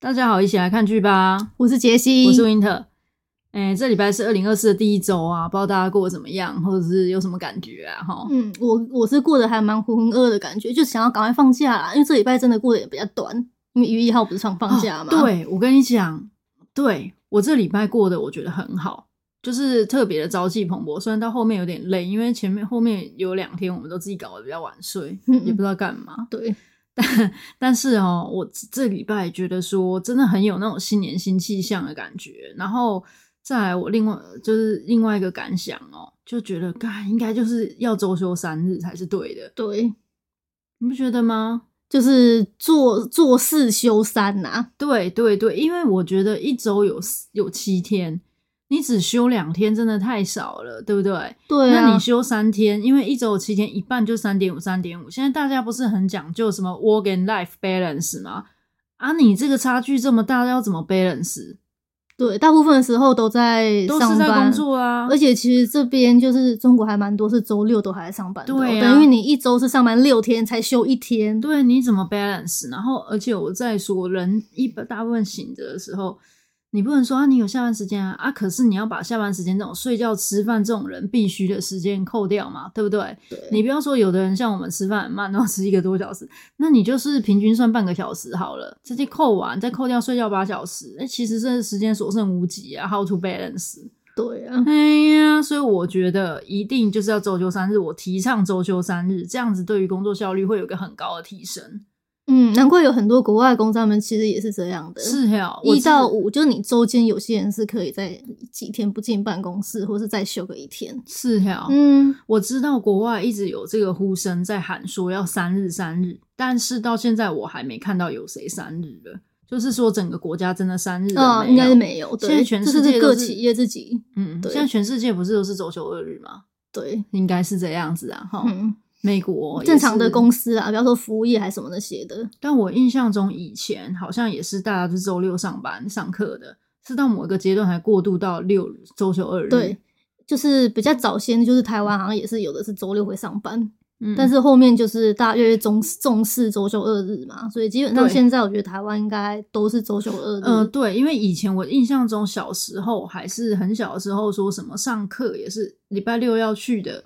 大家好，一起来看剧吧！我是杰西，我是 Winter。哎、这礼拜是二零二四的第一周啊，不知道大家过得怎么样，或者是有什么感觉啊？哈，嗯，我我是过得还蛮浑浑噩噩的感觉，就是想要赶快放假啦，因为这礼拜真的过得也比较短，因为一月一号不是常放假嘛、哦对，我跟你讲，对我这礼拜过得我觉得很好，就是特别的朝气蓬勃。虽然到后面有点累，因为前面后面有两天我们都自己搞得比较晚睡，嗯嗯也不知道干嘛。对，但是哦，我这这礼拜觉得说真的很有那种新年新气象的感觉。然后再来，我另外就是另外一个感想哦，就觉得该应该就是要周休三日才是对的，对，你不觉得吗？就是做做事休三呐、对对对，因为我觉得一周有四有七天，你只休两天真的太少了，对不对？对那啊你，休三天，因为一周有七天，一半就三点五，三点五。现在大家不是很讲究什么 work and life balance 吗？啊，你这个差距这么大，要怎么 balance？对，大部分的时候都在都上是班在工作啊而。且其实这边就是中国还蛮多是周六都还在上班的哦，对啊等于你一周是上班六天才休一天，对，你怎么 balance？然后，而且我在说，人一般大部分醒着的时候，你不能说啊，你有下班时间啊，啊，可是你要把下班时间这种睡觉、吃饭这种人必须的时间扣掉嘛，对不对？对你不要说有的人像我们吃饭很慢，然后吃一个多小时，那你就是平均算半个小时好了，这些扣完再扣掉睡觉八小时，那其实这时间所剩无几啊，how to balance？对啊，哎呀，所以我觉得一定就是要周休三日，我提倡周休三日，这样子对于工作效率会有一个很高的提升。嗯，难怪有很多国外的公司他们其实也是这样的，是呀，我一是到五，就是你周间有些人是可以在几天不进办公室，或是再休个一天。是呀，嗯，我知道国外一直有这个呼声在喊说要三日三日，但是到现在我还没看到有谁三日的，就是说整个国家真的三日的啊、没应该是有没有，现在对，全这世界是都各是企业自己，嗯，对现在全世界不是都是周休二日吗？对，应该是这样子啊，哈、嗯，美国也正常的是嗯公司啊，比方说服务业还是什么那些的，但我印象中以前好像也是大家是周六上班上课的，是到某一个阶段才过渡到六周休二日。对，，就是比较早先，就是台湾好像也是有的是周六会上班，嗯但是后面就是大家越来越重重视周休二日嘛，所以基本上对现在我觉得台湾应该都是周休二日，呃，对，因为以前我印象中小时候还是很小的时候，说什么上课也是礼拜六要去的，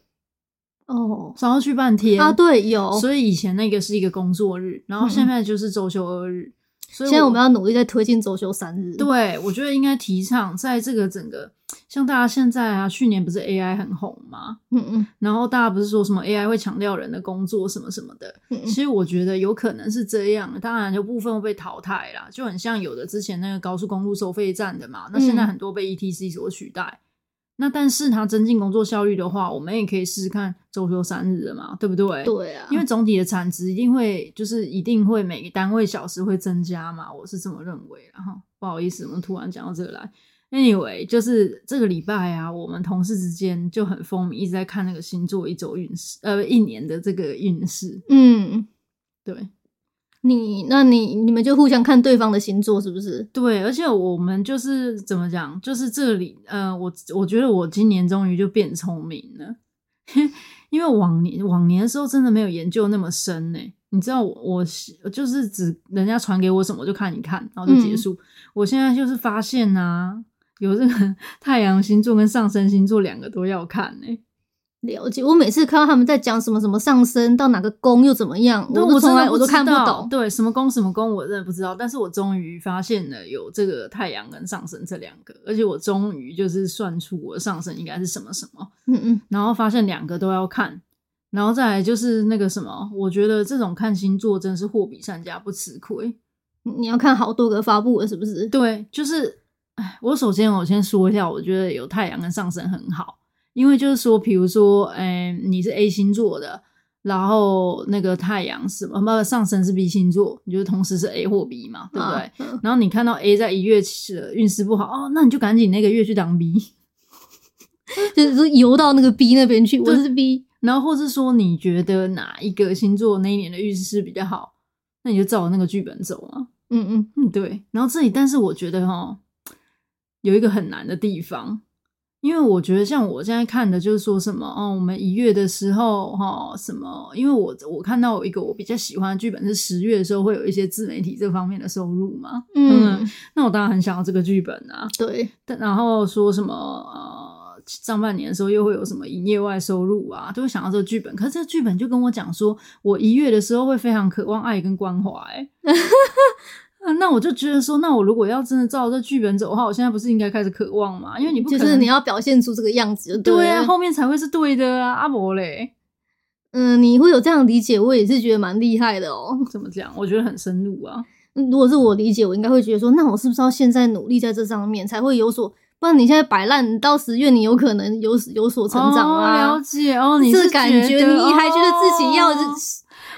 哦，然后去半天啊，，对，有，所以以前那个是一个工作日，然后现在就是周休二日，所以现在我们要努力在推进周休三日，对，我觉得应该提倡在这个整个，像大家现在啊，去年不是 AI 很红吗？嗯嗯然后大家不是说什么 AI 会强调人的工作什么什么的，嗯其实我觉得有可能是这样，当然有部分会被淘汰啦，就很像有的之前那个高速公路收费站的嘛，那现在嗯很多被 ETC 所取代。那但是它增进工作效率的话，我们也可以试试看周休三日的嘛，对不对？嗯，对啊，因为总体的产值一定会，就是一定会每个单位小时会增加嘛，我是这么认为啦。然后不好意思，我们突然讲到这个来。Anyway，就是这个礼拜啊，我们同事之间就很风靡，一直在看那个星座一周运势，呃，一年的这个运势。嗯，对你那你你们就互相看对方的星座是不是？对，而且我们就是怎么讲，就是这里，呃，我我觉得我今年终于就变聪明了， 因为往年往年的时候真的没有研究那么深呢、你知道我我是就是只人家传给我什么我就看一看，然后就结束。我现在就是发现啊，有这个 太阳星座跟上升星座两个都要看欸呢、了解，我每次看到他们在讲什么什么上升到哪个宫又怎么样，但我都从真的来我都知看不道懂。对，什么宫什么宫我真的不知道。但是我终于发现了有这个太阳跟上升这两个，而且我终于就是算出我的上升应该是什么什么，嗯嗯，然后发现两个都要看，然后再来就是那个什么，我觉得这种看星座真是货比三家，不吃亏。嗯你你要看好多个发布的，是不是？ 对，就是，哎，我首先我先说一下，我觉得有太阳跟上升很好，因为就是说，比如说，哎、你是 A 星座的，然后那个太阳是不不上升是 B 星座，你就是同时是 A 或 B 嘛，对不对？啊？嗯然后你看到 A 在一月起了运势不好哦，那你就赶紧那个月去当 B， 就是说游到那个 B 那边去，我对是 B。然后或是说你觉得哪一个星座那一年的运势比较好，那你就照那个剧本走啊。嗯嗯，嗯，对。然后这里，但是我觉得哈，有一个很难的地方，因为我觉得像我现在看的，就是说什么哦，我们一月的时候哈、哦，什么？因为我我看到有一个我比较喜欢的剧本是十月的时候会有一些自媒体这方面的收入嘛，嗯，那我当然很想要这个剧本啊。对，但然后说什么呃，上半年的时候又会有什么营业外收入啊，都会想到这个剧本。可是这个剧本就跟我讲说，我一月的时候会非常渴望爱跟关怀、 欸。啊那我就觉得说，那我如果要真的照这剧本走的话，我现在不是应该开始渴望吗？因为你不可就能是你要表现出这个样子就对了啊，后面才会是对的啊，阿伯嘞，嗯，你会有这样的理解，我也是觉得蛮厉害的哦。怎么讲？我觉得很深入啊。嗯如果是我理解，我应该会觉得说，那我是不是要现在努力在这上面才会有所？不然你现在摆烂，你到十月你有可能有有所成长哦、啊。了解哦，你这是感觉你还觉得自己要、哦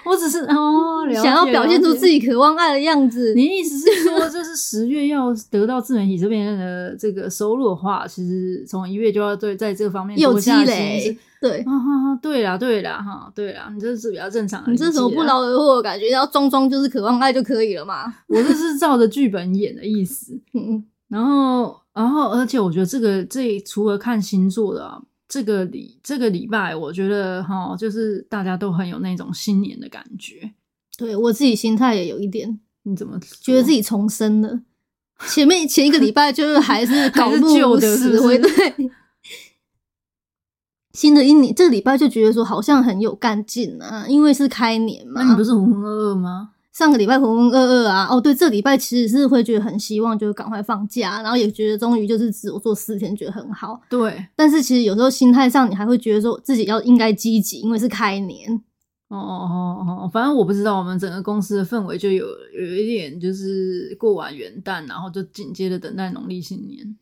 我只是哦，了解想要表现出自。了解己渴望爱的样子你。意思是 说，就是十月要得到自媒体这边的这个收入的话，其实从一月就要对在这个方面有多积下心累思。，对啊哈哈，对啦，对啦，哈，对啦，你这是比较正常的你理解啦。啊这什么不劳而获的感觉？要装装就是渴望爱就可以了嘛。我这是照着剧本演的意思。嗯，然后，然后，而且我觉得这个这除了看星座的、啊，这个礼这个礼拜，我觉得哈，就是大家都很有那种新年的感觉。对我自己心态也有一点，你怎么说觉得自己重生了。前面前一个礼拜 就是还是搞还是不旧的是死不是灰，对。新的一年，这个礼拜就觉得说好像很有干劲啊，因为是开年嘛。那你不是浑浑噩噩吗？上个礼拜浑浑噩噩啊，哦对，这礼拜其实是会觉得很希望，就是赶快放假，然后也觉得终于就是只有做四天，觉得很好。对，但是其实有时候心态上，你还会觉得说自己要应该积极，因为是开年。哦哦哦哦，反正我不知道，我们整个公司的氛围就有有一点就是过完元旦，然后就紧接着等待农历新年，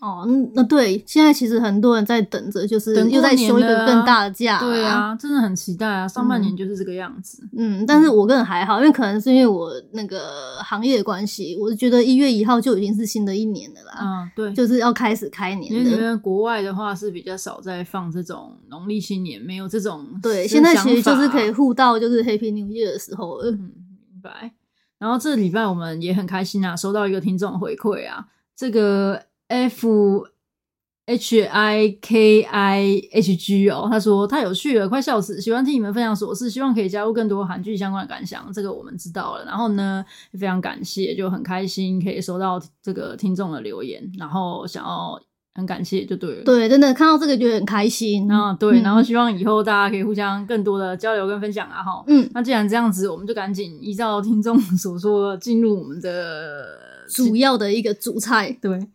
哦，嗯那对，现在其实很多人在等着，就是等过又在休一年了个啊更大的假、对，啊，真的很期待啊，上半年就是这个样子。嗯，但是我个人还好，因为可能是因为我那个行业的关系，我是觉得一月一号就已经是新的一年了啦，啊，对，就是要开始开因年为你的。们国外的话是比较少在放这种农历新年，没有这种对，这现在想其实就是法可以互到就是 Happy New Year 的时候了。嗯，明白。然后这礼拜我们也很开心啊，收到一个听众回馈啊，这个 F H I K I H G 哦，他说太有趣了，快笑死！喜欢听你们分享琐事，希望可以加入更多韩剧相关的感想。这个我们知道了，然后呢，非常感谢，就很开心可以收到这个听众的留言，然后想要很感谢就对了。对，真的看到这个觉得很开心。啊，对，嗯然后希望以后大家可以互相更多的交流跟分享啊，哈。嗯，那既然这样子，我们就赶紧依照听众 所说进入我们的主要的一个主菜，对。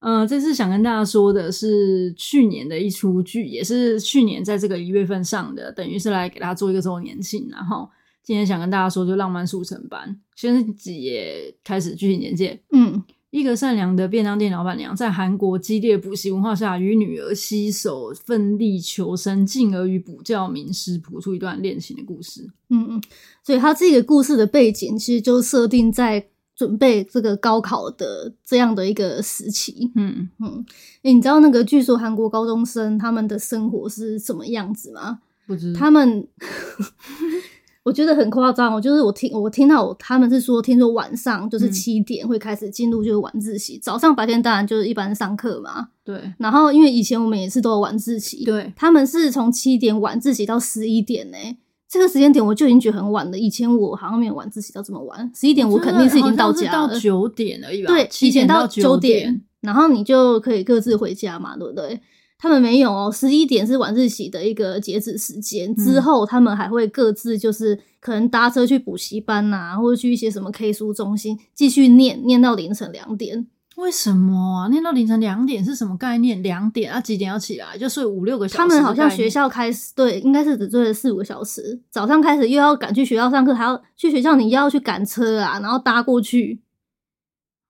呃，这次想跟大家说的是去年的一出剧，也是去年在这个一月份上的，等于是来给大家做一个周年庆。然后今天想跟大家说，就《浪漫速成班》，先集也开始剧情简介。嗯，一个善良的便当店老板娘，在韩国激烈补习文化下，与女儿携手奋力求生，进而与补教名师谱出一段恋情的故事。嗯嗯，所以他这个故事的背景其实就设定在准备这个高考的这样的一个时期。嗯，嗯，诶你知道那个据说韩国高中生他们的生活是什么样子吗？不知他们 我觉得很夸张哦，就是我听我听到我他们是说，听说晚上就是嗯七点会开始进入就是晚自习，早上白天当然就是一般上课嘛。对然后因为以前我们也是都有晚自习，对他们是从七点晚自习到十一点呢、这个时间点我就已经觉得很晚了。以前我好像没有晚自习到这么晚，十一点我肯定是已经到好像家到了。九点而已吧？对，七以前点到九点，然后你就可以各自回家嘛，对不对？他们没有哦，十一点是晚自习的一个截止时间，之嗯后他们还会各自就是可能搭车去补习班呐、或者去一些什么 K 书中心继续念，念到凌晨两点。为什么啊？念到凌晨两点是什么概念？两点啊，几点要起来？就睡五六个小时。他们好像学，校开始对，应该是只睡了四五个小时，早上开始又要赶去学校上课，还要去学校，你又要去赶车啊，然后搭过去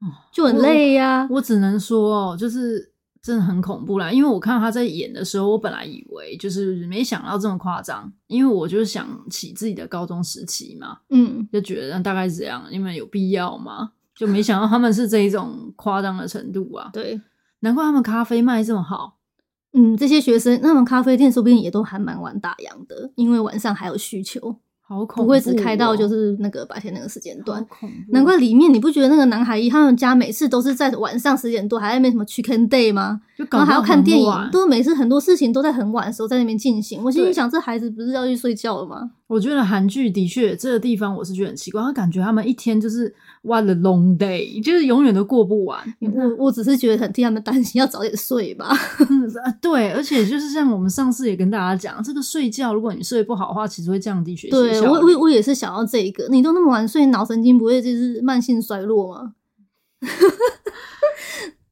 哦，就很累呀、我只能说哦，就是真的很恐怖啦。因为我看他在演的时候，我本来以为就是没想到这么夸张，因为我就是想起自己的高中时期嘛，嗯，就觉得大概是这样。你们有必要吗？就没想到他们是这一种夸张的程度啊！对，难怪他们咖啡卖这么好。嗯，这些学生，那么咖啡店说不定也都还蛮晚打烊的，因为晚上还有需求。好恐怖、哦，不会只开到就是那个白天那个时间段好。恐怖，难怪里面你不觉得那个男孩一他们家每次都是在晚上十点多，还在那边什么 Chicken Day 吗？就搞然后还要到看很电影晚，都每次很多事情都在很晚的时候在那边进行。我心里对想，这孩子不是要去睡觉了吗？我觉得韩剧的确这个地方我是觉得很奇怪，他感觉他们一天就是 what a long day，就是永远都过不完。 我我只是觉得很替他们担心，要早点睡吧。啊对，而且就是像我们上次也跟大家讲，这个睡觉如果你睡不好的话，其实会降低学习对效我率。我我也是想要这一个。你都那么晚睡，脑神经不会就是慢性衰弱吗？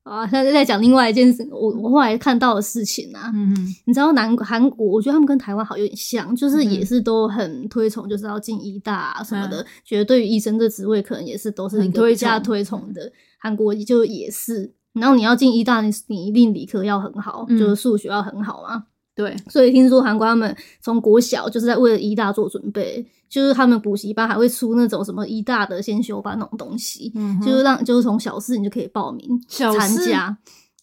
啊，现在在讲另外一件事，我我后来看到的事情啊，嗯哼，你知道南韩国，我觉得他们跟台湾好有点像，就是嗯也是都很推崇，就是要进医大、啊、什么的，嗯觉得对于医生这职位可能也是都是一很个推比较崇推崇的。韩国就也是，然后你要进医大，你你一定理科要很好，嗯就是数学要很好嘛。对，所以听说韩国他们从国小就是在为了医大做准备，就是他们补习班还会出那种什么医大的先修班那种东西，嗯哼就是让就是从小事你就可以报名小参事加。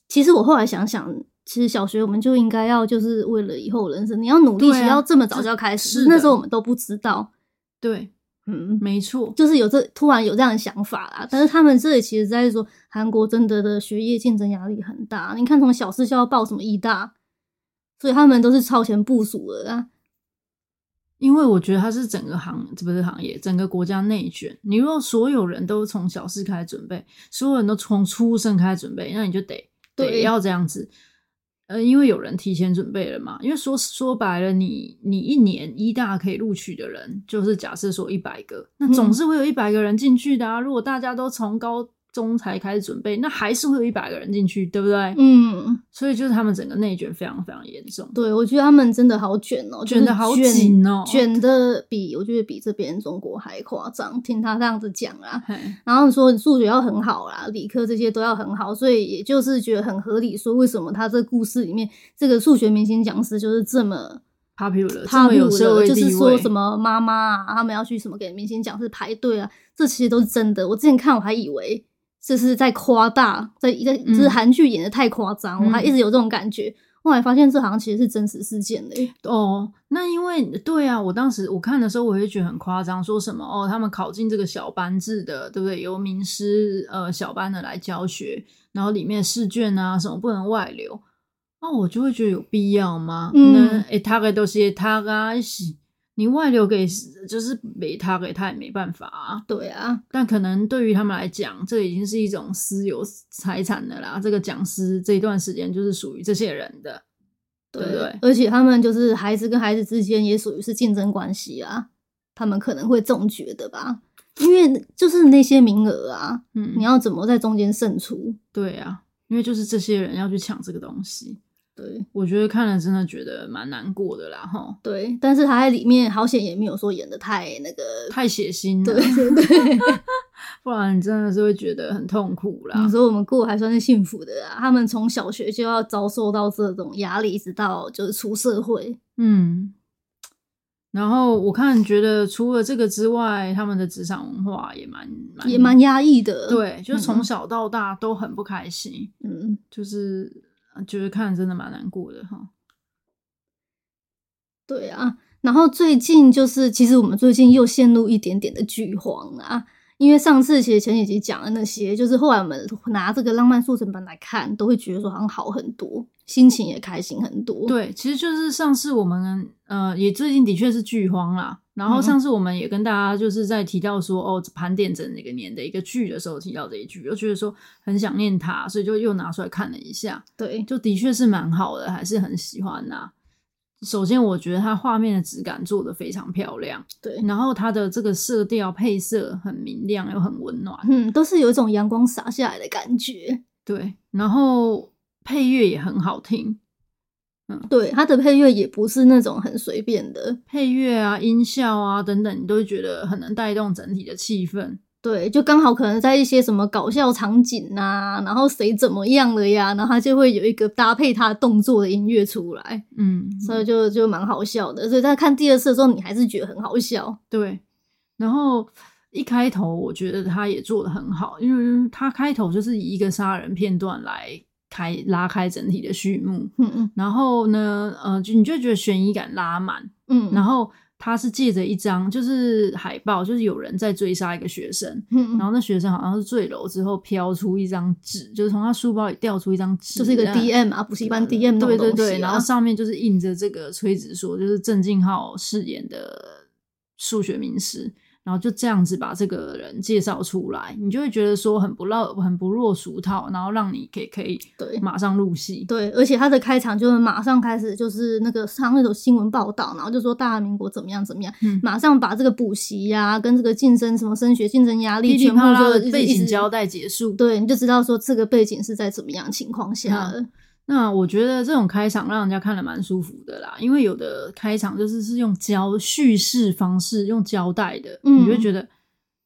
其实我后来想想，其实小学我们就应该要就是为了以后人生，你要努力，对啊其实要这么早就要开是始。的那时候我们都不知道，对，嗯，没错，就是有这突然有这样的想法啦。但是他们这里其实在说，韩国真的的学业竞争压力很大。你看，从小事就要报什么医大，所以他们都是超前部署的啊。因为我觉得它是整个行，这不是行业，整个国家内卷。你如果所有人都从小事开始准备，所有人都从出生开始准备，那你就得对得要这样子。呃，因为有人提前准备了嘛。因为说说白了，你你一年一大可以录取的人，就是假设说一百个，那总嗯是会有一百个人进去的啊。如果大家都从高中才开始准备，那还是会有一百个人进去，对不对？嗯，所以就是他们整个内卷非常非常严重，对，我觉得他们真的好卷哦、就是卷得好紧哦卷的比我觉得比这边中国还夸张。听他这样子讲啦，嘿然后说数学要很好啦，理科这些都要很好，所以也就是觉得很合理，说为什么他这故事里面这个数学明星讲师就是这么，popular 这怕么有路社的，会就地位，是说什么妈妈啊，他们要去什么给明星讲师排队啊，这其实都是真的。我之前看我还以为这是在夸大，在在就是嗯韩剧演的太夸张，我还嗯一直有这种感觉。后来发现这好像其实是真实事件嘞、哦，那因为对啊，我当时我看的时候，我会觉得很夸张，说什么哦，他们考进这个小班制的，对不对？由名师呃小班的来教学，然后里面试卷啊什么不能外流，那、我就会觉得有必要吗？嗯那诶，他给都是他啊，是你外流给就是没他给他也没办法啊。对啊，但可能对于他们来讲，这已经是一种私有财产的啦。这个讲师这一段时间就是属于这些人的，对不对？而且他们就是孩子跟孩子之间也属于是竞争关系啊，他们可能会这种觉得吧，因为就是那些名额啊，嗯，你要怎么在中间胜出？对啊，因为就是这些人要去抢这个东西，对我觉得看了真的觉得蛮难过的啦，哈，对，但是他在里面好险也没有说演的太那个，太血腥对了，对对， 不然真的是会觉得很痛苦啦你。说我们过得还算是幸福的啊，他们从小学就要遭受到这种压力，一直到就是出社会，嗯，然后我看觉得除了这个之外，他们的职场文化也蛮蛮也蛮压抑的。嗯对，就是嗯从小到大都很不开心，嗯。就是呃觉得看了真的蛮难过的哈。对啊，然后最近就是，其实我们最近又陷入一点点的剧荒啊，因为上次其实前几集讲的那些，就是后来我们拿这个浪漫速成版来看，都会觉得说好像好很多，心情也开心很多。，对，其实就是上次我们呃也最近的确是剧荒啦，然后上次我们也跟大家就是在提到说、哦盘点整个年的一个剧的时候提到这一句，就觉得说很想念它，所以就又拿出来看了一下，对，就的确是蛮好的，还是很喜欢呐、首先，我觉得它画面的质感做得非常漂亮，对，然后它的这个色调配色很明亮又很温暖，嗯，都是有一种阳光洒下来的感觉。对，然后配乐也很好听，对，它的配乐也不是那种很随便的，配乐啊、音效啊等等，你都会觉得很能带动整体的气氛。对，就刚好可能在一些什么搞笑场景啊，然后谁怎么样了呀，然后它就会有一个搭配它动作的音乐出来。嗯，所以就就蛮好笑的。所以在看第二次的时候，你还是觉得很好笑。对。然后一开头我觉得他也做得很好，因为他开头就是以一个杀人片段来开拉开整体的序幕。嗯然后呢，呃，就你就觉得悬疑感拉满，嗯嗯，然后后他是借着一张就是海报，就是有人在追杀一个学生，嗯然后那学生好像是坠楼之后飘出一张纸，就是从他书包里掉出一张纸，就是一个这样 DM 啊，补习班 DM 那种对对东西对，啊然后上面就是印着这个崔子说，就是郑敬浩饰演的数学名师，然后就这样子把这个人介绍出来，你就会觉得说很不落很不落俗套，然后让你可以可以对马上入戏。对，而且他的开场就是马上开始，就是那个上那种新闻报道，然后就说大韩民国怎么样怎么样，嗯马上把这个补习呀、跟这个竞争什么升学竞争压噼力里全部啪啦就的一背直景交，代结束，对，你就知道说这个背景是在怎么样情况嗯下的。那我觉得这种开场让人家看了蛮舒服的啦，因为有的开场就是是用交叙事方式，用交代的，嗯你就会觉得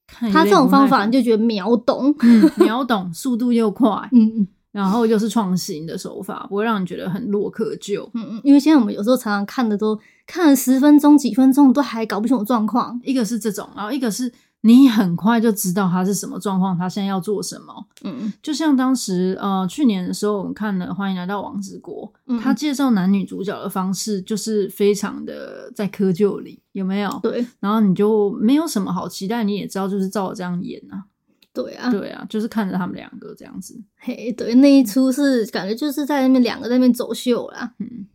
看有他这点种不耐方法烦你就觉得秒懂，嗯秒懂，速度又 快，嗯嗯然后又是创新的手法，不会让你觉得很落可就。嗯嗯，因为现在我们有时候常常看的都看了十分钟几分钟都还搞不清楚状况，一个是这种，然后一个是你很快就知道他是什么状况，他现在要做什么。嗯就像当时呃去年的时候，我们看了《欢迎来到王之国》嗯，他介绍男女主角的方式就是非常的在窠臼里，有没有？对然后你就没有什么好期待，你也知道就是照我这样演啊，对啊，对啊，就是看着他们两个这样子，嘿对，那一出是感觉就是在那边两个在那边走秀啦，嗯。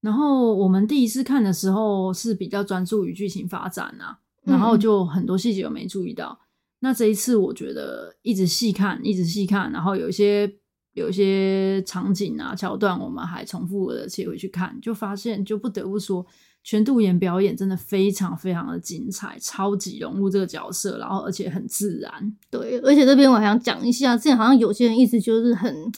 然后我们第一次看的时候是比较专注于剧情发展啊，然后嗯就很多细节我没注意到。那这一次我觉得一直细看，一直细看，然后有一些有一些场景啊桥段，我们还重复的切回去看，就发现就不得不说，全度妍表演真的非常非常的精彩，超级融入这个角色，然后而且很自然。对，而且这边我还想讲一下，之前好像有些人一直就是很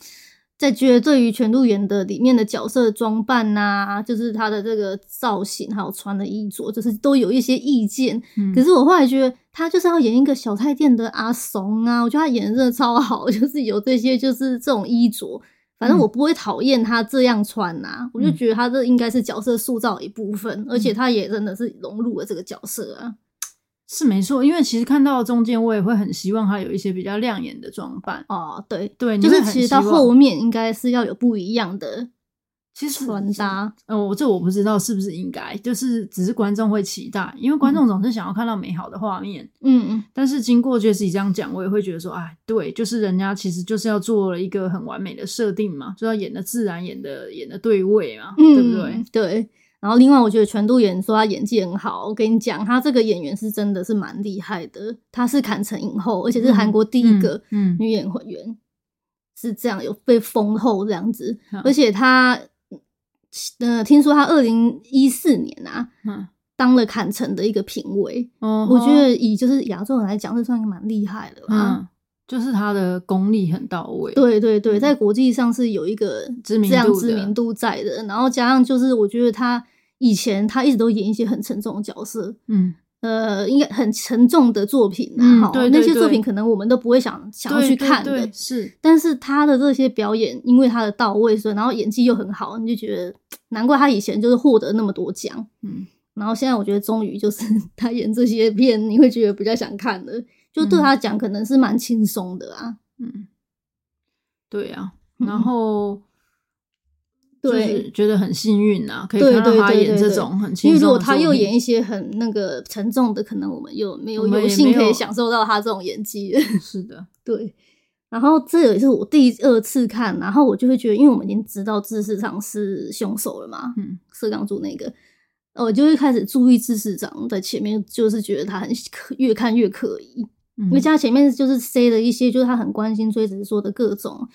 在觉得对于全度妍的里面的角色装扮呐、就是她的这个造型，还有穿的衣着，就是都有一些意见。嗯可是我后来觉得，她就是要演一个小菜店的阿怂啊，我觉得她演的真的超好， 就是有这些就是这种衣着。反嗯正我不会讨厌她这样穿呐、我就嗯觉得她这应该是角色塑造一部分，而且她也真的是融入了这个角色啊。是没错，因为其实看到中间，我也会很希望他有一些比较亮眼的装扮。哦，对，对，就你会是很其实希到望后面应该是要有不一样的其实穿，搭，嗯、我这我不知道是不是应该，就是只是观众会期待，因为观众总是想要看到美好的画面。嗯但是经过 Jesse 这样讲，我也会觉得说，哎，对，就是人家其实就是要做了一个很完美的设定嘛，就要演的自然，演的演的对位嘛，嗯，对不对？对。然后另外，我觉得全度妍说她演技很好，我跟你讲，她这个演员是真的是蛮厉害的，她是坎城影后，而且是韩国第一个嗯，嗯女演员，是这样有被封后这样子，嗯而且她，呃，听说她二零一四年啊。嗯当了坎城的一个评委，哦我觉吼得以就是亚洲人来讲，这算蛮厉害的啦。嗯，就是他的功力很到位。对对对，嗯在国际上是有一个知名这样度知的名度在的，然后加上就是我觉得他以前他一直都演一些很沉重的角色，嗯，呃，应该很沉重的作品啊，嗯哈对那对些作对品可能我们都不会想想要对去对看的。对是，但是他的这些表演，因为他的到位，所以然后演技又很好，你就觉得难怪他以前就是获得那么多奖。嗯然后现在我觉得终于就是 他演这些片，你会觉得比较想看的，就对嗯他讲可能是蛮轻松的啊。嗯，对啊，嗯然后就对，是觉得很幸运啊，可以对看到对他对演对这对种很因轻为松的如作果品。他又演一些很那个沉重的，可能我们又没有我们有也幸没可以有享受到他这种演技。是的， 对，然后这也是我第二次看，然后我就会觉得，因为我们已经知道志市长是凶手了嘛，嗯社冈助那个，呃我就会开始注意志市长在前面，就是觉得他很可越看越可疑，嗯因为加前面就是塞了一些，就是他很关心追子说的各种。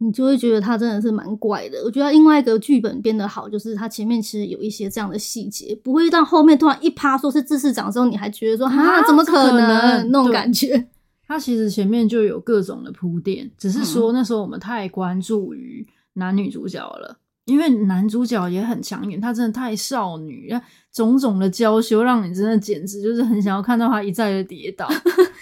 你就会觉得他真的是蛮怪的。我觉得他另外一个剧本编得好，就是他前面其实有一些这样的细节，不会让后面突然一趴说是志市长之后，你还觉得说哈啊怎么怎么可可能能那种对感觉。他其实前面就有各种的铺垫，只是嗯说那时候我们太关注于男女主角了。因为男主角也很抢眼，他真的太少女，种种的娇羞让你真的简直就是很想要看到他一再的跌 倒。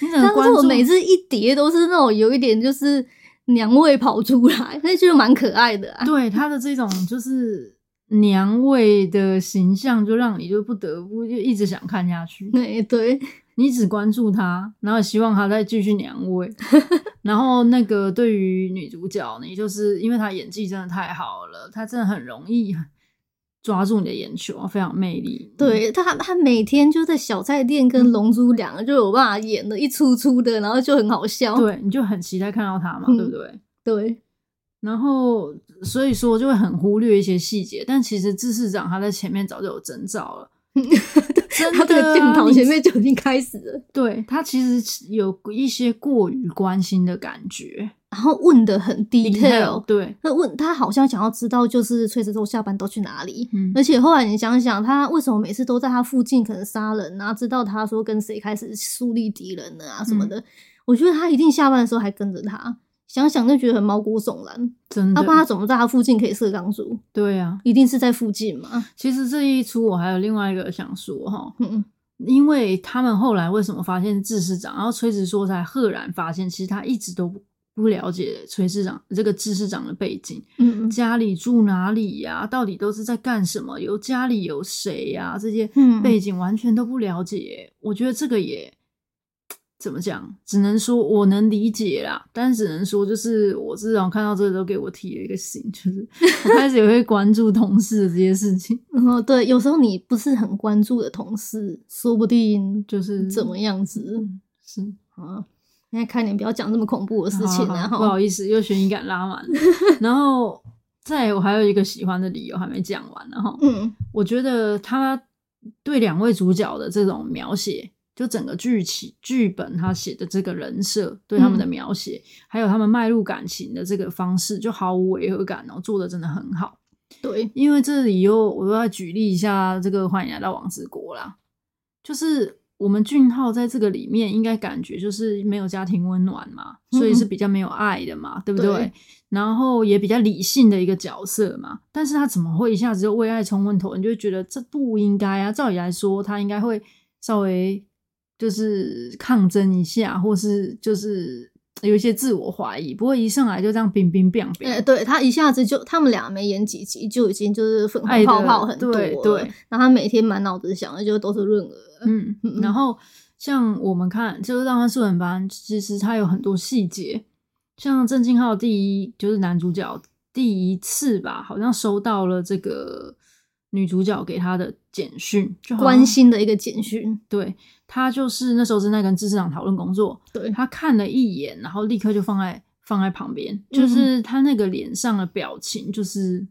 你整个但嗯关是注我每次一叠都是那种有一点就是娘味跑出来，那就蛮可爱的啊。 对他的这种就是娘味的形象，就让你就不得不就一直想看下去。对对，你只关注他，然后希望他再继续娘 味。然后那个对于女主角，你就是因为她演技真的太好了，她真的很容易抓住你的眼球，非常有魅力。对他，他每天就在小菜店嗯跟龙珠两个就有办法演的一出出的，然后就很好笑。对，你就很期待看到他嘛，嗯对不对？对然后所以说就会很忽略一些细节，但其实志市长他在前面早就有征兆 了，真的、他啊、这个镜头你前面就已经开始了，对他其实有一些过于关心的感觉 然后问的很 detail。对，他问他好像想要知道，就是崔石洲下班都去哪里。嗯而且后来你想想，他为什么每次都在他附近可能杀人啊？知道他说跟谁开始树立敌人了啊什么的？我觉得他一定下班的时候还跟着他，想想就觉得很毛骨悚然。真他的，不然他怎么在他附近可以射钢珠？对啊。一定是在附近嘛？其实这一出我还有另外一个想说哈，嗯，因为他们后来为什么发现志市长，然后崔直说才赫然发现，其实他一直都不不了解崔市长这个志市长的背景，嗯家里住哪里呀、到底都是在干什么？有家里有谁呀、这些嗯背景完全都不了解。我觉得这个也怎么讲，只能说我能理解啦，但只能说就是我至少看到这个都给我提了一个醒，就是我开始也会关注同事的这些事情，嗯，哦对，有时候你不是很关注的同事，说不定就就是怎么样子是啊？现在看你不要讲这么恐怖的事情好好啊！好不哈好意思，又悬疑感拉满 了。然后再我还有一个喜欢的理由还没讲完，然后嗯我觉得他对两位主角的这种描写，就整个剧情剧本他写的这个人设对他们的描写，还有他们迈入感情的这个方式，就毫无违和感哦，做的真的很好。对，因为这里又我又要举例一下这个《欢迎来到王之国》啦，就是我们俊浩在这个里面应该感觉就是没有家庭温暖嘛，嗯所以是比较没有爱的嘛，对不对？对然后也比较理性的一个角色嘛，但是他怎么会一下子就为爱冲昏头？你就会觉得这不应该啊！照理来说，他应该会稍微就是抗争一下，或是就是有一些自我怀疑，不会一上来就这样冰冰冰冰。哎、对他一下子就他们俩没演几集就已经就是粉爱红的泡泡很多了，对对然后他每天满脑子想的就都是润儿，嗯嗯，嗯然后像我们看，就是《浪漫素人班》，其实它有很多细节，像郑敬浩第一就是男主角第一次吧，好像收到了这个女主角给他的简讯，就好像关心的一个简讯，对他就是那时候正在跟志市长讨论工作，对，他看了一眼，然后立刻就放在放在旁边，就是他那个脸上的表情，就是、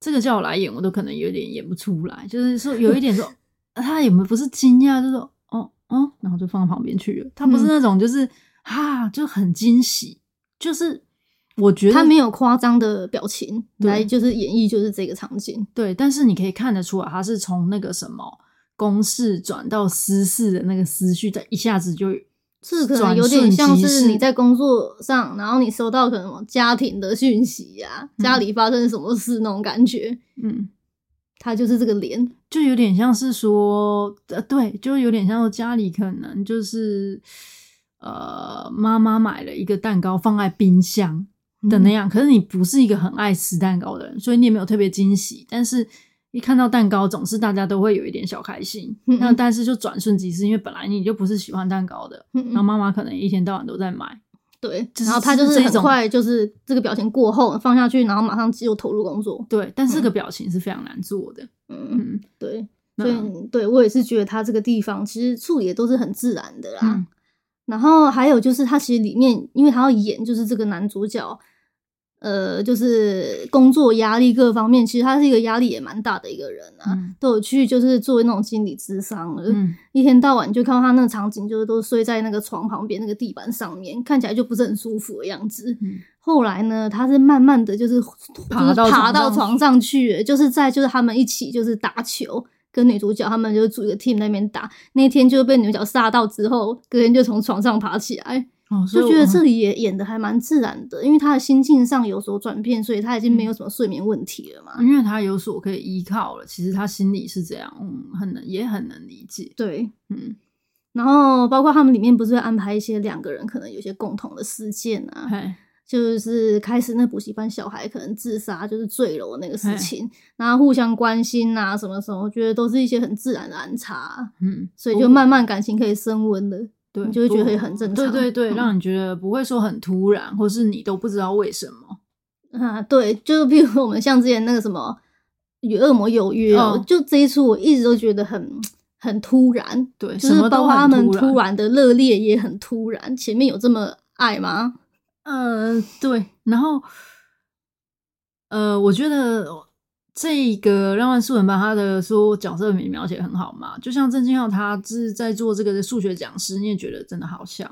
这个叫我来演，我都可能有点演不出来，就是说有一点说他也不是惊讶，就是说哦哦，然后就放到旁边去了。他不是嗯那种就是、啊就很惊喜，就是我觉得他没有夸张的表情对来就是演绎就是这个场景，对，但是你可以看得出来，他是从那个什么。公事转到私事的那个思绪，他一下子就这可能转有点瞬像即是逝你在工作上，然后你收到可能什么家庭的讯息呀、嗯家里发生什么事那种感觉，嗯，他就是这个脸，就有点像是说，呃，对，就有点像是家里可能就是，呃，妈妈买了一个蛋糕放在冰箱的那样，可是你不是一个很爱吃蛋糕的人，所以你也没有特别惊喜，但是。一看到蛋糕，总是大家都会有一点小开心。嗯那但是就转瞬即逝，因为本来你就不是喜欢蛋糕的，嗯，然后妈妈可能一天到晚都在买，对，就是然后他就这是一很种快就是这个表情过后放下去，然后马上就投入工作，对。但是这个表情是非常难做的。嗯，嗯，对，那所以对我也是觉得他这个地方其实处理也都是很自然的啦。嗯然后还有就是他其实里面，因为他要演就是这个男主角，呃，就是工作压力各方面，其实他是一个压力也蛮大的一个人啊，嗯都有去就是做那种心理智商了。嗯，一天到晚你就看到他那个场景，就是都睡在那个床旁边那个地板上面，看起来就不是很舒服的样子。嗯后来呢，他是慢慢的就是爬到就床是爬到上床上去了，就是在就是他们一起就是打球。跟女主角他们就组一个 team 那边打，那天就被女主角杀到之后，隔天就从床上爬起来，哦，所以就觉我得这里也演的还蛮自然的，因为他的心境上有所转变，所以他已嗯经没有什么睡眠问题了嘛。因为他有所可以依靠了，其实他心里是这样，嗯，很能也很能理解，对，嗯，然后包括他们里面不是会安排一些两个人可能有些共同的事件啊，哎，就是开始那补习班小孩可能自杀就是坠楼那个事情，然后互相关心啊什么什么，我觉得都是一些很自然的安插啊，嗯，所以就慢慢感情可以升温的。对，你就会觉得不很正常对对对，嗯让你觉得不会说很突然，或是你都不知道为什么，啊，对，就是譬如我们像之前那个什么与恶魔有约哦、嗯就这一出我一直都觉得很很突然，对，就什是么包都括他很们突突然的热烈也很突然，前面有这么爱吗？呃，对，然后，呃，我觉得这个让万素人把他的说角色名描写很好嘛，就像郑敬浩他是在做这个数学讲师，你也觉得真的好像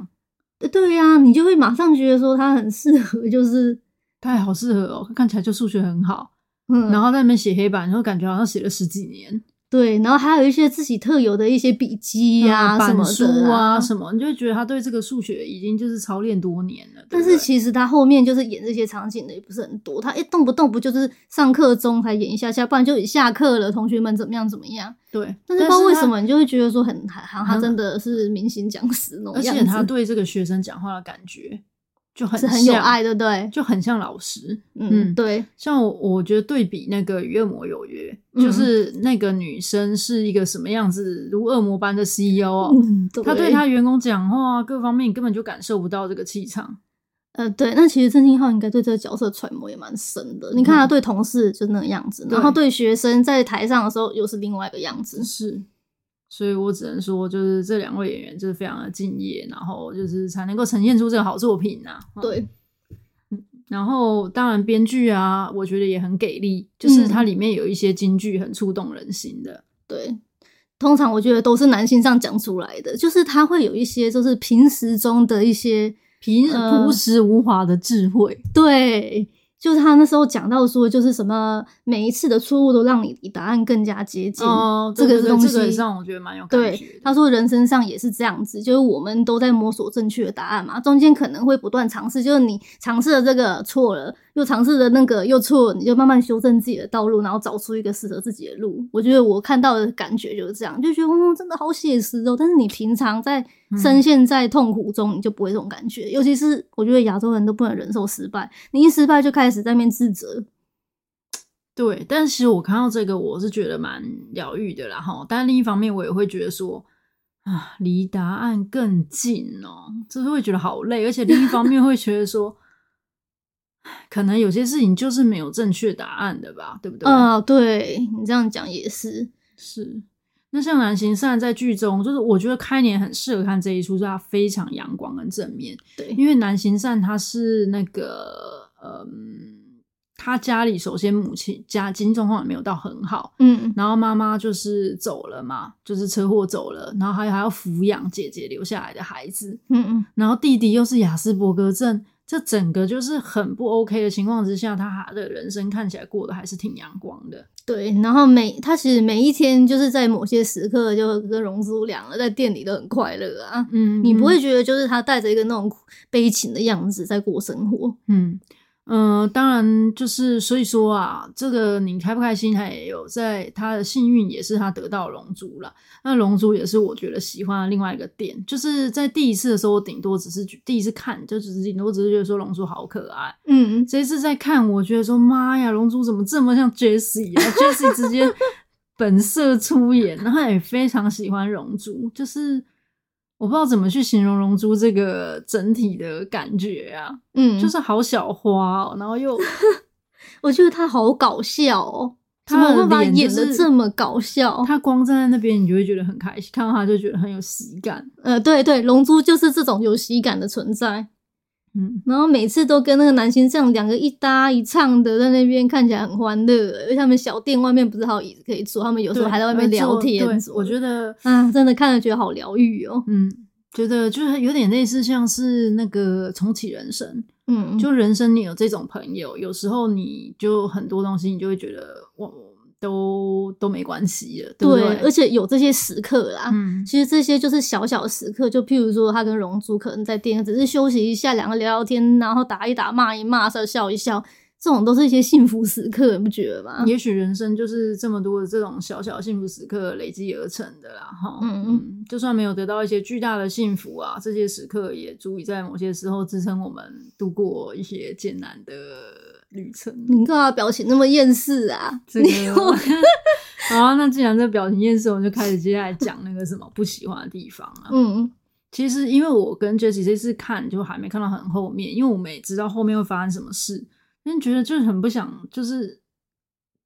呃对呀、你就会马上觉得说他很适合，就是他也好适合哦，看起来就数学很好，嗯，然后在那边写黑板，然后感觉好像写了十几年，对，然后还有一些自己特有的一些笔记呀、嗯什板么书的啊什么，你就会觉得他对这个数学已经就是操练多年了。对但不是对其实他后面就是演这些场景的也不是很多，他一动不动不就是上课中才演一下下，不然就一下课了，同学们怎么样怎么样。对，但是不知道为他什么，你就会觉得说很好像他嗯真的是明星讲师那而种样且子，他对这个学生讲话的感觉就很是很有像爱，对不对？就很像老师。嗯，嗯对，像我，我觉得对比那个《与恶魔有约》嗯就是那个女生是一个什么样子，如恶魔般的 CEO，、哦嗯，她对她员工讲话啊各方面，你根本就感受不到这个气场。呃，对，那其实郑敬浩应该对这个角色揣摩也蛮深的。你看他嗯对同事就那个样子，然后对学生在台上的时候又是另外一个样子。是，所以我只能说，就是这两位演员就是非常的敬业，然后就是才能够呈现出这个好作品呐、啊。嗯对，然后当然编剧啊，我觉得也很给力，就是嗯它里面有一些金句很触动人心的。对，通常我觉得都是男性上讲出来的，就是他会有一些就是平时中的一些平呃朴实无华的智慧，对，就是他那时候讲到说，就是什么每一次的错误都让你离答案更加接近。哦，这对个对东对西这个让我觉得蛮有感觉对的，。他说人身上也是这样子，就是我们都在摸索正确的答案嘛，中间可能会不断尝试，就是你尝试了这个错了，又尝试了那个又错了，你就慢慢修正自己的道路，然后找出一个适合自己的路。我觉得我看到的感觉就是这样，就觉得哦，真的好写实哦。但是你平常在嗯深陷在痛苦中，你就不会这种感觉，尤其是我觉得亚洲人都不能忍受失败，你一失败就开始在面自责，对，但是其实我看到这个，我是觉得蛮疗愈的啦哈。但另一方面，我也会觉得说啊，离答案更近哦，就是会觉得好累，而且另一方面会觉得说，可能有些事情就是没有正确答案的吧，对不对？啊、对你这样讲也是，是。那像南行善在剧中，就是我觉得开年很适合看这一出，是它非常阳光跟正面。对，因为南行善他是那个，嗯，他家里首先母亲家经济状况也没有到很好，嗯然后妈妈就是走了嘛，就是车祸走了，然后还还要抚养姐姐留下来的孩子，嗯嗯，然后弟弟又是雅斯伯格症，这整个就是很不 OK 的情况之下，他还的人生看起来过得还是挺阳光的。对，然后每他其实每一天就是在某些时刻就跟容祖良了，在店里都很快乐啊。嗯你不会觉得就是他带着一个那种悲情的样子在过生活，嗯嗯、呃当然就是所以说啊，这个你开不开心，他也有在他的幸运也是他得到龙珠了。那龙珠也是我觉得喜欢的另外一个点，就是在第一次的时候，我顶多只是觉第一次看，就只是顶多只是觉得说龙珠好可爱。嗯，这一次在看，我觉得说妈呀，龙珠怎么这么像 Jessie 啊？Jessie 直接本色出演，然后也非常喜欢龙珠，就是我不知道怎么去形容龙珠这个整体的感觉啊。嗯，就是好小花、哦，然后 又我觉得他好搞笑哦，他怎么的会把脸演就是的这么搞笑？他光站在那边，你就会觉得很开心，看到他就觉得很有喜感。呃，对对，龙珠就是这种有喜感的存在，嗯，然后每次都跟那个男星这样两个一搭一唱的在那边看起来很欢乐，而且他们小店外面不是还有椅子可以坐，他们有时候对还在外面而且聊我天对什么的，我觉得，啊，真的看了觉得好疗愈哦。嗯，觉得就是有点类似，像是那个重启人生。嗯，就人生，你有这种朋友，有时候你就很多东西，你就会觉得我都都没关系了，不对，对？而且有这些时刻啦。嗯，其实这些就是小小的时刻，就譬如说他跟龙珠可能在店只是休息一下，两个聊聊天，然后打一打、骂一骂、笑笑一笑，这种都是一些幸福时刻，你不觉得吗？也许人生就是这么多的这种小小幸福时刻累积而成的啦，哈。嗯嗯，就算没有得到一些巨大的幸福啊，这些时刻也足以在某些时候支撑我们度过一些艰难的旅程。 你干嘛表情那么厌世啊？这你个 好啊，那既然这表情验收，我们就开始接下来讲那个什么不喜欢的地方啊。嗯其实因为我跟 Jessie 这次看就还没看到很后面，因为我们也知道后面会发生什么事，但觉得就是很不想，就是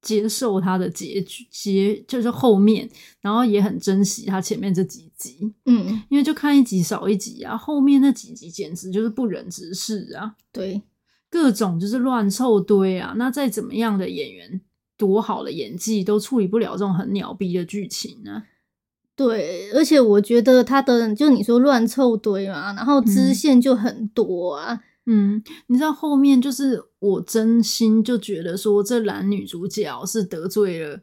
接受它的结局，结就是后面，然后也很珍惜它前面这几集，嗯，因为就看一集少一集啊，后面那几集简直就是不忍直视啊，对，各种就是乱凑堆啊。那再怎么样的演员，多好的演技都处理不了这种很鸟逼的剧情啊。对，而且我觉得他的就你说乱凑堆嘛，然后支嗯线就很多啊，嗯，你知道后面就是我真心就觉得说，这男女主角是得罪了，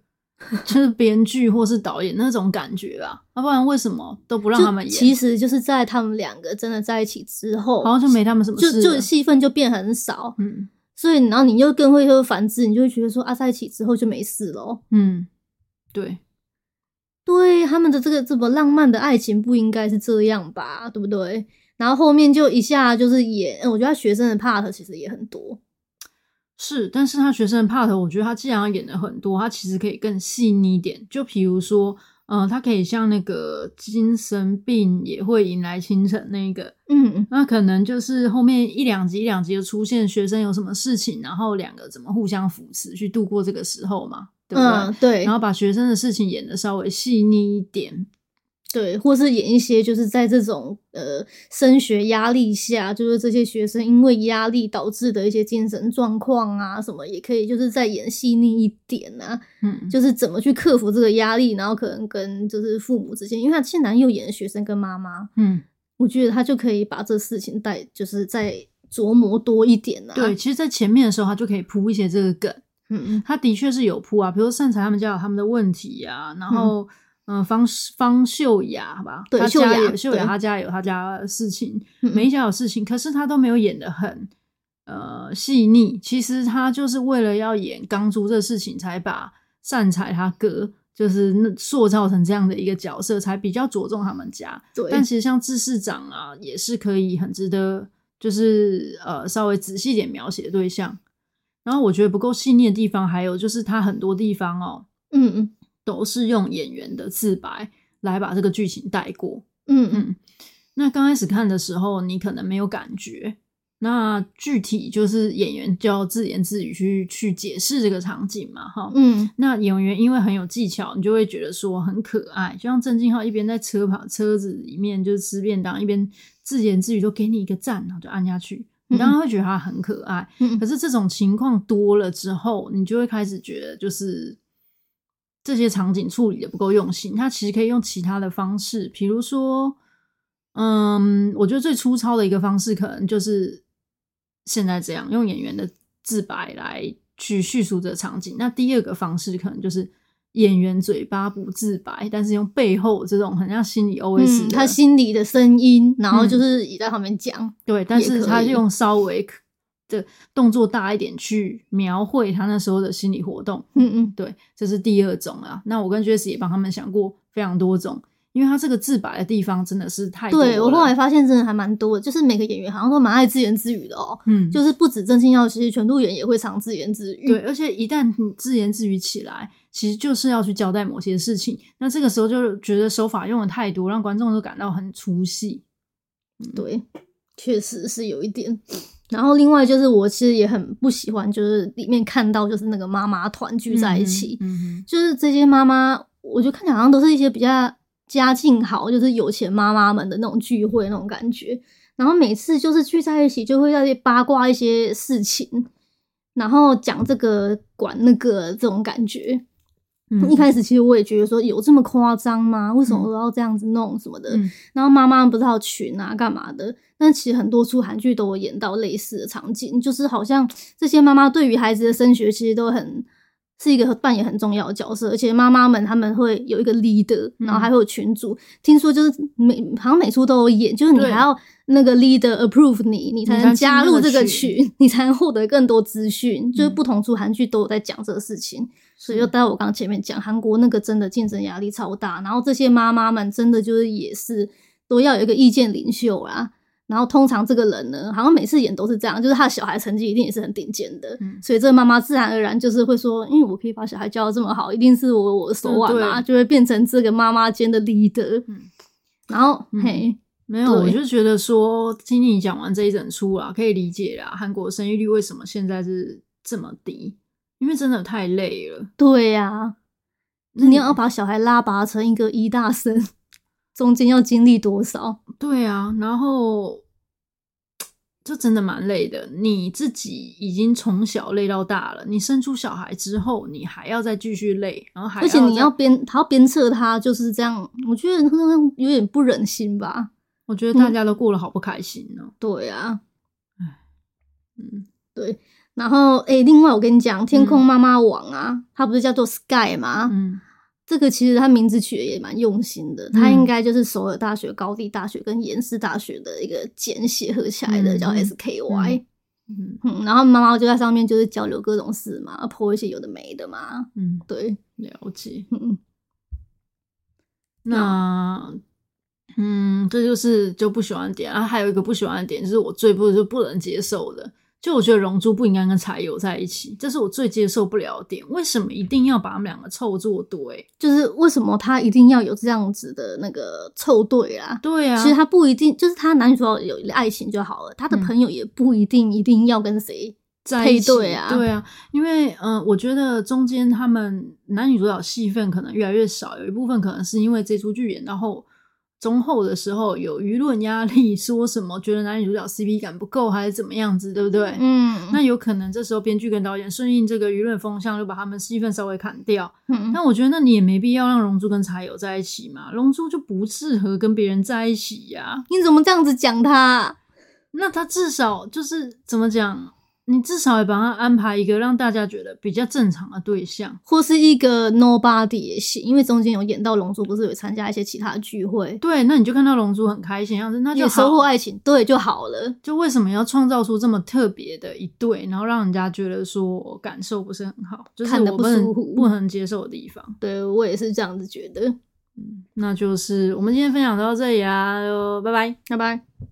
就是编剧或是导演那种感觉啊，要、不然为什么都不让就他们演？其实就是在他们两个真的在一起之后，好像就没他们什么就事就了戏份就变很少，嗯所以然后你又更会说反制，你就会觉得说啊，在一起之后就没事喽。嗯，对，对他们的这个这么浪漫的爱情不应该是这样吧，对不对？然后后面就一下就是演，我觉得他学生的 part 其实也很多，是，但是他学生的 part，我觉得他既然要演的很多，他其实可以更细腻一点。就比如说，嗯、他可以像那个精神病也会迎来清晨那个，嗯，那可能就是后面一两集一两集就出现学生有什么事情，然后两个怎么互相扶持去度过这个时候嘛，对不对？嗯，对然，后把学生的事情演的稍微细腻一点，对，或是演一些就是在这种呃升学压力下，就是这些学生因为压力导致的一些精神状况啊什么，也可以就是再演细腻一点啊，嗯，就是怎么去克服这个压力，然后可能跟就是父母之间，因为他现在又演学生跟妈妈，嗯，我觉得他就可以把这事情带就是再琢磨多一点啊。对。，其实，在前面的时候，他就可以铺一些这个梗，嗯他的确是有铺啊，比如说善财他们家有他们的问题啊，然后嗯、呃方方秀雅吧，对他秀家雅有秀对雅，他家有他家的事情，嗯，每一家有事情，可是他都没有演的很呃细腻。其实他就是为了要演刚出这事情，才把善财他哥就是那塑造成这样的一个角色，才比较着重他们家。对，嗯但其实像志市长啊，也是可以很值得，就是呃稍微仔细一点描写的对象。然后我觉得不够细腻的地方，还有就是他很多地方哦，嗯嗯都是用演员的自白来把这个剧情带过。嗯嗯嗯，那刚开始看的时候，你可能没有感觉。那具体就是演员就要自言自语去去解释这个场景嘛，哈。嗯，那演员因为很有技巧，你就会觉得说很可爱，就像郑敬浩一边在车跑车子里面就是吃便当，一边自言自语说给你一个赞，然后就按下去，你当然会觉得他很可爱。嗯可是这种情况多了之后，你就会开始觉得就是这些场景处理的不够用心，他其实可以用其他的方式，比如说，嗯，我觉得最粗糙的一个方式可能就是现在这样用演员的自白来去叙述这个场景。那第二个方式可能就是。演员嘴巴不自白，但是用背后这种很像心理 OS，、嗯，他心里的声音，然后嗯就是也在旁边讲，对，但也是可他以用稍微可的动作大一点去描绘他那时候的心理活动。嗯嗯对，这是第二种啊。那我跟 Jess 也帮他们想过非常多种，因为他这个自白的地方真的是太多了。对我后来发现真的还蛮多的，就是每个演员好像都蛮爱自言自语的哦，嗯，就是不止郑信耀，其实全度妍也会常自言自语。对，，而且一旦你自言自语起来，其实就是要去交代某些事情。那这个时候就觉得手法用的太多，让观众都感到很出戏。对，确实是有一点。然后另外就是我其实也很不喜欢，就是里面看到就是那个妈妈团聚在一起，嗯哼，就是这些妈妈，我就看起来好像都是一些比较家境好，就是有钱妈妈们的那种聚会那种感觉。然后每次就是聚在一起，就会在那里八卦一些事情，然后讲这个管那个这种感觉。嗯哼一开始其实我也觉得说有这么夸张吗？为什么我要这样子弄什么的？嗯然后妈妈不是还有群啊干嘛的？但其实很多出韩剧都有演到类似的场景，就是好像这些妈妈对于孩子的升学其实都很是一个扮演很重要的角色，而且妈妈们他们会有一个 leader，然后还会有群主。听说就是每好像每出都有演，就是你对还要那个 leader approve 你，你才才能进加那入个这个群群，你才能获得更多资讯。就是嗯不同出韩剧都有在讲这个事情。所以就是待会我刚前面讲，韩国那个真的竞争压力超大，然后这些妈妈们真的就是也是都要有一个意见领袖啦。然后通常这个人呢，好像每次演都是这样，就是他的小孩成绩一定也是很顶尖的，嗯所以这个妈妈自然而然就是会说，因为我可以把小孩教的这么好，一定是我我的手腕嘛，嗯对就会变成这个妈妈间的 leader。嗯然后、嗯嘿，没有，我对就觉得说，听你讲完这一整出啊，可以理解啦，韩国生育率为什么现在是这么低，因为真的太累了。对呀、那你要把小孩拉拔成一个一大生，中间要经历多少？对啊，然后就真的蛮累的。你自己已经从小累到大了，你生出小孩之后，你还要再继续累，然后还而且你再要鞭，还要鞭策他，就是这样。我觉得有点不忍心吧。我觉得嗯大家都过得好不开心哦。对啊，嗯，然后诶、另外我跟你讲，《天空嗯妈妈网》啊，它不是叫做 Sky 吗？嗯这个其实它名字取得也蛮用心的，它嗯应该就是首尔大学、高地大学跟延世大学的一个简写合起来的，嗯叫嗯 SKY。嗯嗯，然后妈妈就在上面就是交流各种事嘛，po 一些有的没的嘛，嗯，对，了解。嗯，那嗯，这就是就不喜欢的点。然后还有一个不喜欢的点，就是我最不就不能接受的，就我觉得龙珠不应该跟柴油在一起，这是我最接受不了的点。为什么一定要把他们两个凑作对？就是为什么他一定要有这样子的那个凑对啦？对啊，其实他不一定，就是他男女主角有爱情就好了，他的嗯朋友也不一定一定要跟谁。在配一起对啊对啊，因为嗯、呃我觉得中间他们男女主角戏份可能越来越少，有一部分可能是因为这出剧演到后中后的时候有舆论压力，说什么觉得男女主角 CP 感不够还是怎么样子，对不对？嗯，那有可能这时候编剧跟导演顺应这个舆论风向，就把他们戏份稍微砍掉。嗯但我觉得那你也没必要让龙珠跟茶友在一起嘛，龙珠就不适合跟别人在一起呀、你怎么这样子讲他？那他至少就是怎么讲，你至少也把他安排一个让大家觉得比较正常的对象。或是一个 nobody 也行，因为中间有演到龙珠，不是有参加一些其他的聚会，对，那你就看到龙珠很开心的样子，那就也好收获爱情，对就好了。就为什么要创造出这么特别的一对，然后让人家觉得说我感受不是很好，就是看得我不不能舒服不能接受的地方。对我也是这样子觉得。嗯啊那就是我们今天分享到这里啦，就拜拜。拜拜。